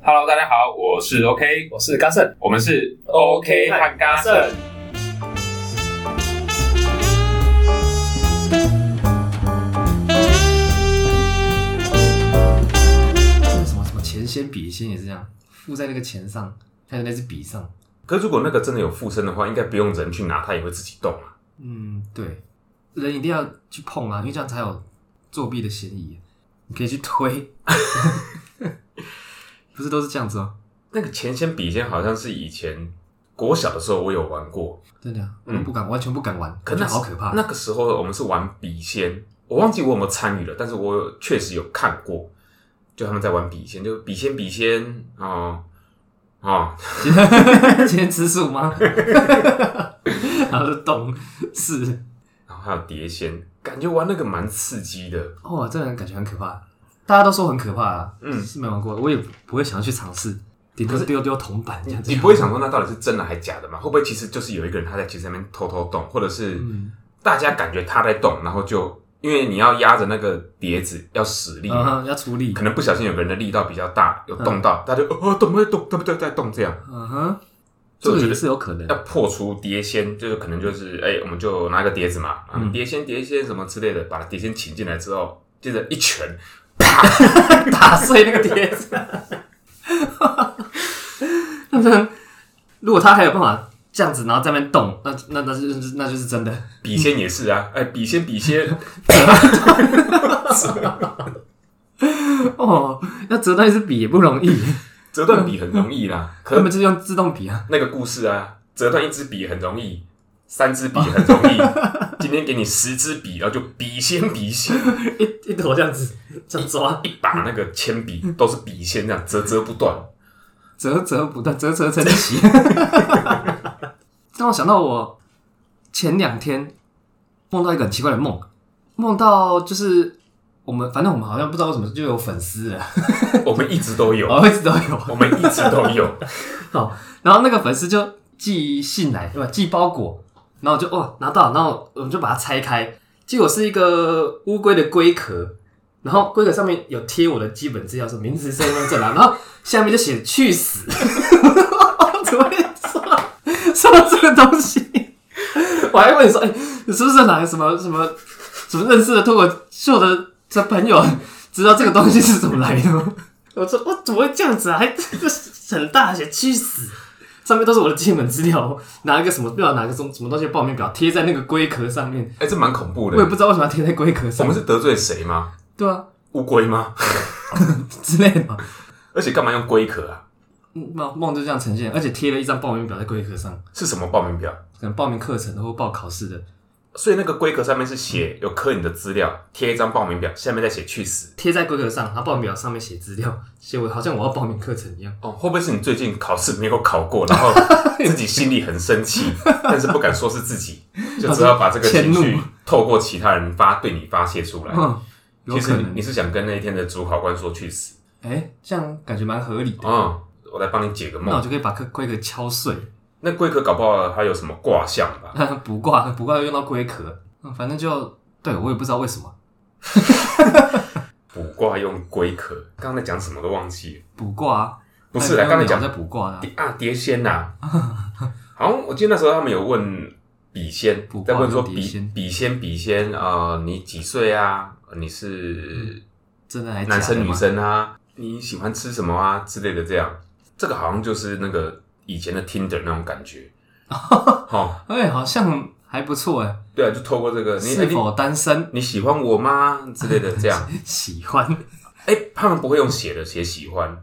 Hello，大家好，我是 OK，我是嘉盛，我们是 OK 和嘉嘎盛盛。那什么什么钱先笔先也是这样，附在那个钱上，还有那支笔上。可如果那个真的有附身的话，应该不用人去拿，它也会自己动啊。嗯，对，人一定要去碰啊，因为这样才有作弊的嫌疑。你可以去推， 不是都是这样子哦？那个钱仙笔仙好像是以前国小的时候我有玩过，真的啊，我都不敢，完全不敢玩，可那那好可怕。那个时候我们是玩笔仙，我忘记我有没有参与了，但是我有确实有看过，就他们在玩笔仙，就笔仙笔仙哦哦，今天 吃素吗？然后就懂是然后还有碟仙，感觉玩那个蛮刺激的。哦，真的感觉很可怕。大家都说很可怕啊，嗯是没玩过，我也不会想要去尝试，顶多丢丢铜板这样子。你不会想说那到底是真的还假的吗？会不会其实就是有一个人他在其实在那边偷偷动，或者是嗯大家感觉他在动，然后就因为你要压着那个碟子要使力嗯嘛，哼，要处理可，能不小心有个人的力道比较大，有动到，他就哦动不对动，对不对在动这样，嗯哼，这所以我个觉也得是有可能要。破除碟仙，就是可能就是哎、我们就拿个碟子嘛，啊嗯碟仙碟仙什么之类的，把碟仙请进来之后，接着一拳，打碎那个碟子。 那真的如果他还有办法这样子，然后在那边动，那那那就是那就是真的。 笔仙也是啊，哎、笔仙笔仙，哦，要折断一支笔也不容易，折断笔很容易啦，可 根本是就是用自动笔啊。那个故事啊，折断一支笔很容易，三支笔很容 易，今天给你十支笔，然后就笔仙笔仙。一一坨这样子，这样抓，一把那个铅笔都是笔仙这样折折不断。折折不断，折折成奇。让我想到我前两天梦到一个很奇怪的梦，梦到就是我们反正我们好像不知道为什么就有粉丝了， 我们一直都有，我一直都有。我们一直都 有。好，哦然后那个粉丝就寄信来，对吧？寄包裹，然后我就哇拿到了，然后我们就把它拆开，结果是一个乌龟的龟壳，然后龟壳上面有贴我的基本资料，说名字、身份证啊，然后下面就写去死，怎么会说说到这个东西？我还问你说，哎、你是不是哪个什么什么什么认识的脱口秀的这朋友知道这个东西是怎么来的吗？我说我怎么会这样子啊？还很大写去死，上面都是我的基本资料，拿一个什么不知道拿个什么什么东西的报名表贴在那个龟壳上面，哎、这蛮恐怖我也的。不知道为什么要贴在龟壳我上们面，是得罪谁吗？对啊 乌龟吗？之类的嘛。而且干嘛用龟壳啊？嗯梦梦就这样呈现，而且贴了一张报名表在龟壳上，是什么报名表？可能报名课程的或报考试的，所以那个龟壳上面是写有刻你的资料，贴一张报名表，下面再写去死。贴在龟壳上，他报名表上面写资料，写我好像我要报名课程一样。哦，会不会是你最近考试没有考过，然 后自己心里很生气，但是不敢说是自己，就只好把这个情哦迁绪怒透过其他人发对你发泄出来。嗯，有其可实你能你。是想跟那一天的主考官说去死。哎、这样感觉蛮合理的。嗯，我来帮你解个那我梦。就可以把龟壳敲碎，那龟壳搞不好还有什么卦象吧？ 不挂不挂要用到龟壳，嗯反正就对我也不知道为什么卜卦用龟壳，刚才讲什么都忘记了。补挂、啊。不是哎啦，刚才鸟讲在补挂啊，碟啊碟仙 呐、好像我记得那时候他们有问笔仙卜，卦在问说用碟笔仙笔仙笔仙啊，呃你几岁啊？呃你嗯是真的还假的男生女吗？生啊？你喜欢吃什么啊之类的？这样，这个好像就是那个以前的 Tinder 那种感 觉。哦，哎、好像还不错哎、对啊，就透过这个，你哎是否单身？你喜欢我吗之类的这 样。喜欢哎、他们不会用写的写喜欢，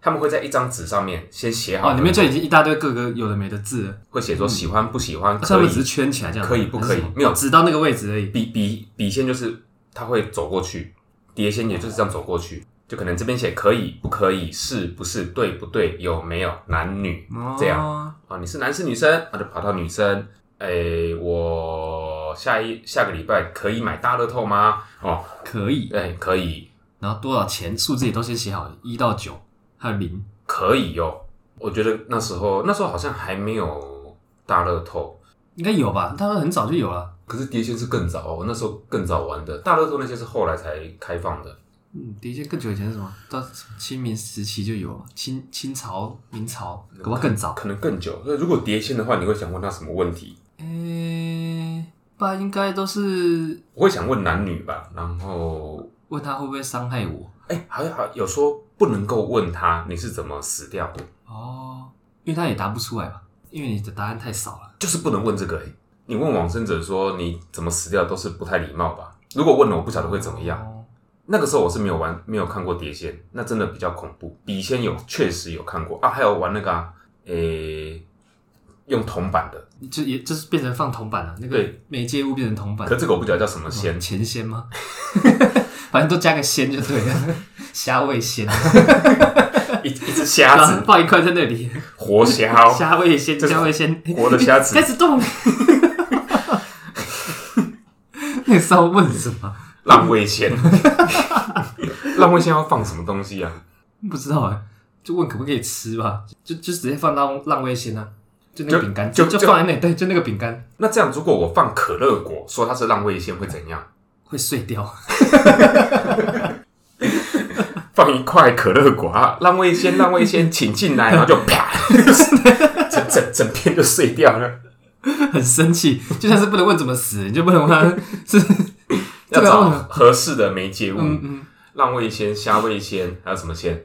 他们会在一张纸上面先写好哦，了，里面就已经一大堆各个有的没的字了，会写说喜欢不喜欢，可上面只是以圈起来这样，可以不可以还是什么没有哦指到那个位置而已。笔笔笔线就是他会走过去，碟线哦也就是这样走过去，就可能这边写可以不可以，是不是对不对，有没有男女 哦这样啊？你是男是女生，那就跑到女生。哎、我下一下个礼拜可以买大乐透吗？哦，可以，哎、可以，然后多少钱数字也都先写好了，一到九还有零，可以哟、我觉得那时候那时候好像还没有大乐透，应该有吧？他们很早就有了。可是碟仙是更早哦，我那时候更早玩的，大乐透那些是后来才开放的。嗯，的确更久以前是什么？到清明时期就有了，清清朝、明朝，搞不好更早。可能更久。那如果碟仙的话，你会想问他什么问题？诶、爸应该都是我会想问男女吧，然后问他会不会伤害我哎、好像好有说不能够问他你是怎么死掉的，哦，因为他也答不出来吧，因为你的答案太少了。就是不能问这个、哎，你问往生者说你怎么死掉都是不太礼貌吧？如果问了，我不晓得会怎么样。哦？那个时候我是没有玩，没有看过碟仙，那真的比较恐怖。笔仙有，确实有看过啊，还有玩那个、啊，诶、用铜板的，就也就是变成放铜板了，那个对媒介物变成铜板可。这个我不晓得叫什么仙哦，钱仙吗？ 反正都加个仙就对了， 虾味仙，一一只然虾后 子，放一块在那里，活虾、哦，虾味仙，这是虾味仙，活的虾子开，始动。 那时候问什么？浪味仙， 浪味仙要放什么东西啊？不知道哎、就问可不可以吃吧，就就直接放浪浪味仙啊，就那就个饼干，就就就就放在那里，对，就那个饼干那这样如果我放可乐果，说它是浪味仙会怎样？会碎掉， 放一块可乐果啊，浪味仙，浪味仙，请进来，然 后就啪，整整整片就碎掉了。很生气。就算是不能问怎么死，你就不能问他 是这要个找问了合适的媒介物，嗯嗯，浪味仙、虾味仙，还有什么仙？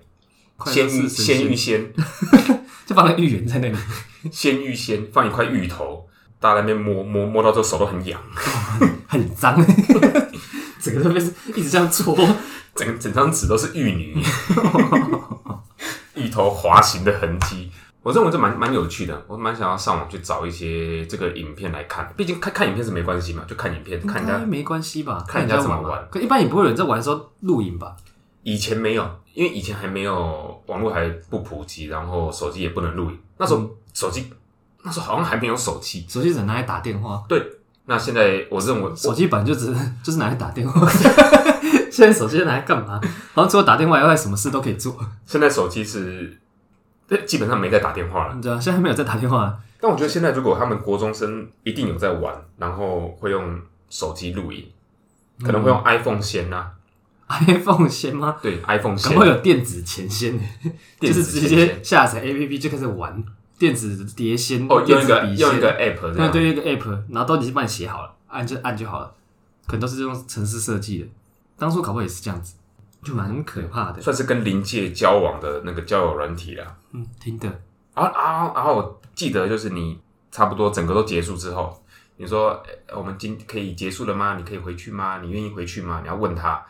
快鲜乐芋是神鲜仙芋 仙、就放在芋圆在那里，鲜芋仙，放一块芋头，大家在那边摸摸摸到之后手都很痒，很脏， 整个都被一直这样搓，整整张纸都是芋 泥，芋头滑行的痕迹。我认为这蛮蛮有趣的，我蛮想要上网去找一些这个影片来看，毕竟看看影片是没关系嘛，就看影片，看人应该家没关系吧？看人家人家怎么嘛玩可一般也不会有人在玩的时候录影吧？以前没有，因为以前还没有网络还不普及，然后手机也不能录影，那时候嗯手机、那时候好像还没有手机，手机只能拿来打电话，那现在我认为手机版就只是就是拿来打电话。 现在手机拿来干嘛？然后除了打电话以外，什么事都可以做。现在手机是，对，基本上没在打电话了。你知道，啊现在没有在打电话，但我觉得现在如果他们国中生一定有在玩，然后会用手机录影，可能会嗯用 iPhone 先啦、 iPhone 先吗？对，iPhone 搞先不，好有电子前先， 电就子是先直接下载 APP 就开始玩电子碟仙哦，用一个电子笔仙用一个啊 App 这那样。对一个 app，然后都已经帮你写好了，按就按就好了，可能都是用程式设计的。当初搞不好也是这样子，就蛮可怕的。算是跟临界交往的那个交友软体啊啦。嗯，听的，然后，然后，然后我记得就是你差不多整个都结束之后，你说、诶我们今可以结束了吗？你可以回去吗？你愿意回去吗？你要问他，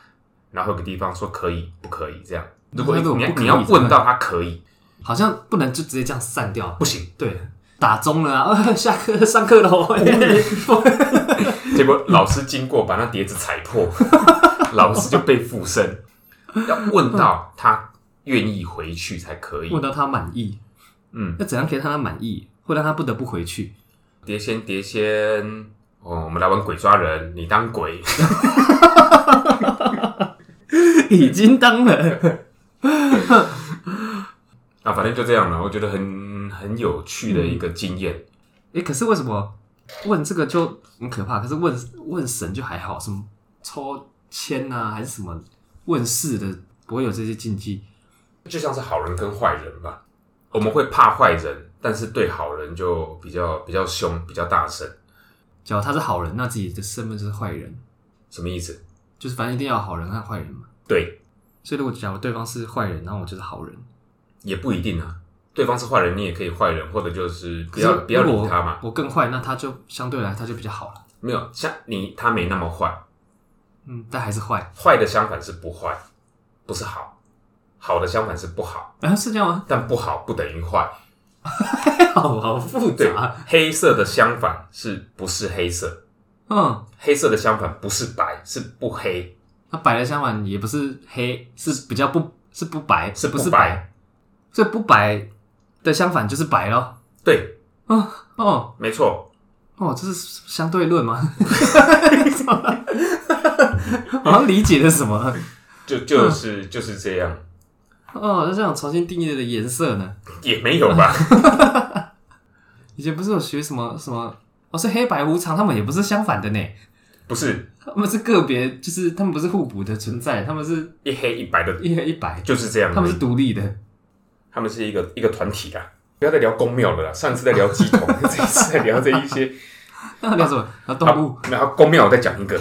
然后有个地方说可以不可以这样。如果那如果你不可以你要怎么问办到他可以，好像不能就直接这样散掉，不行，对，打钟了啊， 呃下课上课了哦，结果老师经过把那碟子踩破， 老师就被附身，要问到他愿意回去才可以。 问到他满意，嗯，那怎样可以让他满意，会让他不得不 回去？碟仙碟仙，哦，我们来玩鬼抓人，你当鬼，已经当 了，啊，反正就这样了。我觉得很很有趣嗯的一个经验。哎，可是为什么问这个就很可怕？可是问问神就还好，什么抽签啊，还是什么问世的，不会有这些禁忌。就像是好人跟坏人吧，我们会怕坏人，但是对好人就比较比较凶，比较大声。假如他是好人，那自己的身份就是坏人，什么意思？就是反正一定要有好人和坏人嘛。对，所以如果假如对方是坏人，那我就是好人。也不一定啊。对方是坏人，你也可以坏人，或者就是不可是要不要如果理他嘛。我更坏，那他就相对来他就比较好了。没有像你，他没那么坏。嗯，但还是坏。坏的相反是不坏，不是好；好的相反是不好，啊，是这样吗？ 但不好不等于坏。好好复对杂。，黑色的相反是不是黑色？嗯，黑色的相反不是白，是不黑，那白的相反也不是黑，是比较不是不白，是不不是白。白？所以不白的相反就是白咯。对，哦哦没错，哦，这是相对论吗？ 好像理解了什么？就就是、嗯就是这样，哦，就这样重新定义了颜色呢？也没有吧？ 以前不是有学什么什么？哦，是黑白无常，他们也不是相反的呢。不是他们是个别，就是他们不是互补的存在，他们是一黑一白的，一黑一白，就是这样而已。他们是独立的。他们是一个一个团体啦。不要再聊公庙了啦，上次在聊鸡同， 这一次在聊这一些。啊那聊什么？聊动物。然后公庙我再讲一个，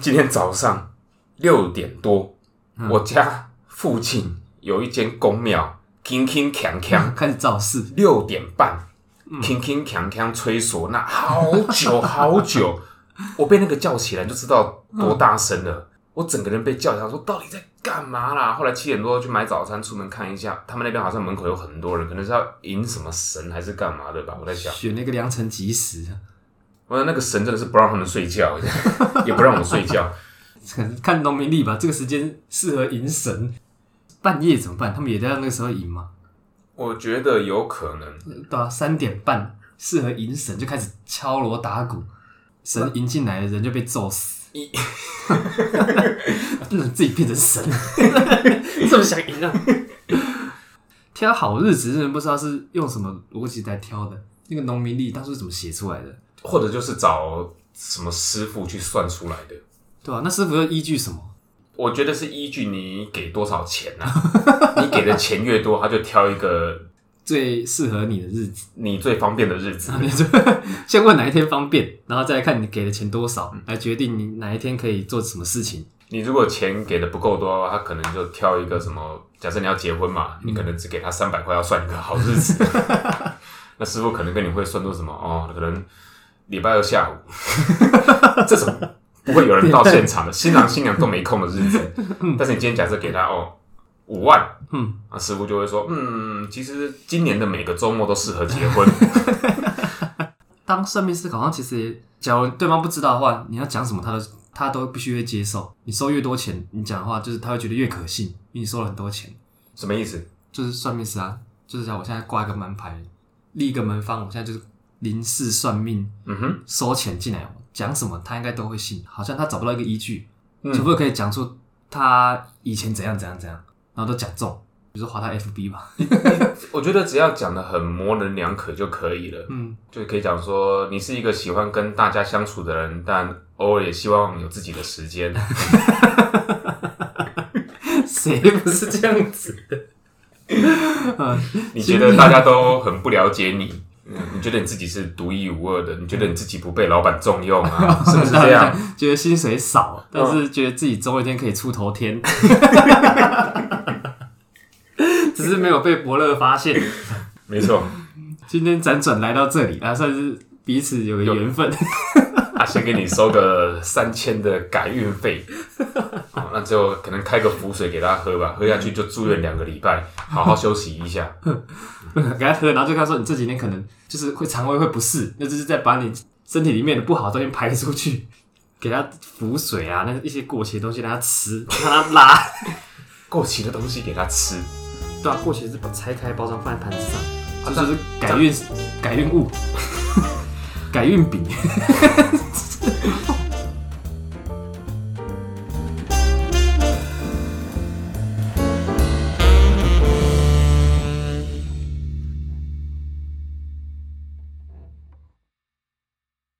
今天早上六点多，嗯我家附近有一间公庙，铿铿锵锵，开始造势，六点半，铿铿锵锵吹唢呐，好久好久，我被那个叫起来就知道多大声了。我整个人被叫起来，说到底在干嘛啦？后来七点多去买早餐，出门看一下，他们那边好像门口有很多人，可能是要迎什么神还是干嘛的吧？我在想，选了一个良辰吉时，我那个神真的是不让他们睡觉，也不让我睡觉。可能看农民历吧，这个时间适合迎神。半夜怎么办？他们也在那个时候迎吗？我觉得有可能，对啊，三点半适合迎神，就开始敲锣打鼓，神迎进来的人就被揍死 一，不能自己变成神， 这么想赢啊？挑好日子，真的不知道是用什么逻辑来挑的。那个农民历当初是怎么写出来的？或者就是找什么师傅去算出来的。对啊，那师傅又依据什么？我觉得是依据你给多少钱啊， 你给的钱越多，他就挑一个最适合你的日子，你最方便的日子然。后你就啊先问哪一天方便，然后再来看你给的钱多少，来决定你哪一天可以做什么事情。你如果钱给的不够多，他可能就挑一个什么，假设你要结婚嘛，你可能只给他三百块，要算一个好日子。那师傅可能跟你会算出什么哦，可能礼拜二下午， 这种不会有人到现场的，新郎新娘都没空的日子。但是你今天假设给他哦五万，嗯，啊，师傅就会说，嗯，其实今年的每个周末都适合结婚。当算命思考，好像其实，假如对方不知道的话，你要讲什么，他都他都必须会接受。你收越多钱，你讲的话就是他会觉得越可信，因为你收了很多钱。什么意思？就是算命师啊，就是像我现在挂一个门牌，立一个门方，我现在就是临时算命嗯哼，收钱进来，讲什么他应该都会信，好像他找不到一个依据，嗯除非可以讲出他以前怎样怎样怎样，然后都讲中，比如说划他 FB 吧，我觉得只要讲的很模棱两可就可以了。嗯，就可以讲说，你是一个喜欢跟大家相处的人，但偶尔也希望有自己的时 间。 谁不是这样子 的？你觉得大家都很不了解你，嗯你觉得你自己是独一无二的，你觉得你自己不被老板重用 啊，是不是这样？？觉得薪水少，但是觉得自己总有一天可以出头 天，只是没有被伯乐发现。没错，今天辗转来到这里啊，算是彼此有个缘分。他先给你收个三千的改运 费，好，那就可能开个符水给他喝吧，喝下去就住院两个礼拜，好好休息一 下。 给他喝，然后就跟他说，你这几天可能就是会肠胃会不适，那就是在把你身体里面的不好的东西排出去，给他补水啊，那一些过期的东西让他吃，让他拉。 过期的东西给他吃，对啊，过期的是把拆开包装放在盘子上，啊这就是改 运改运物，改运饼。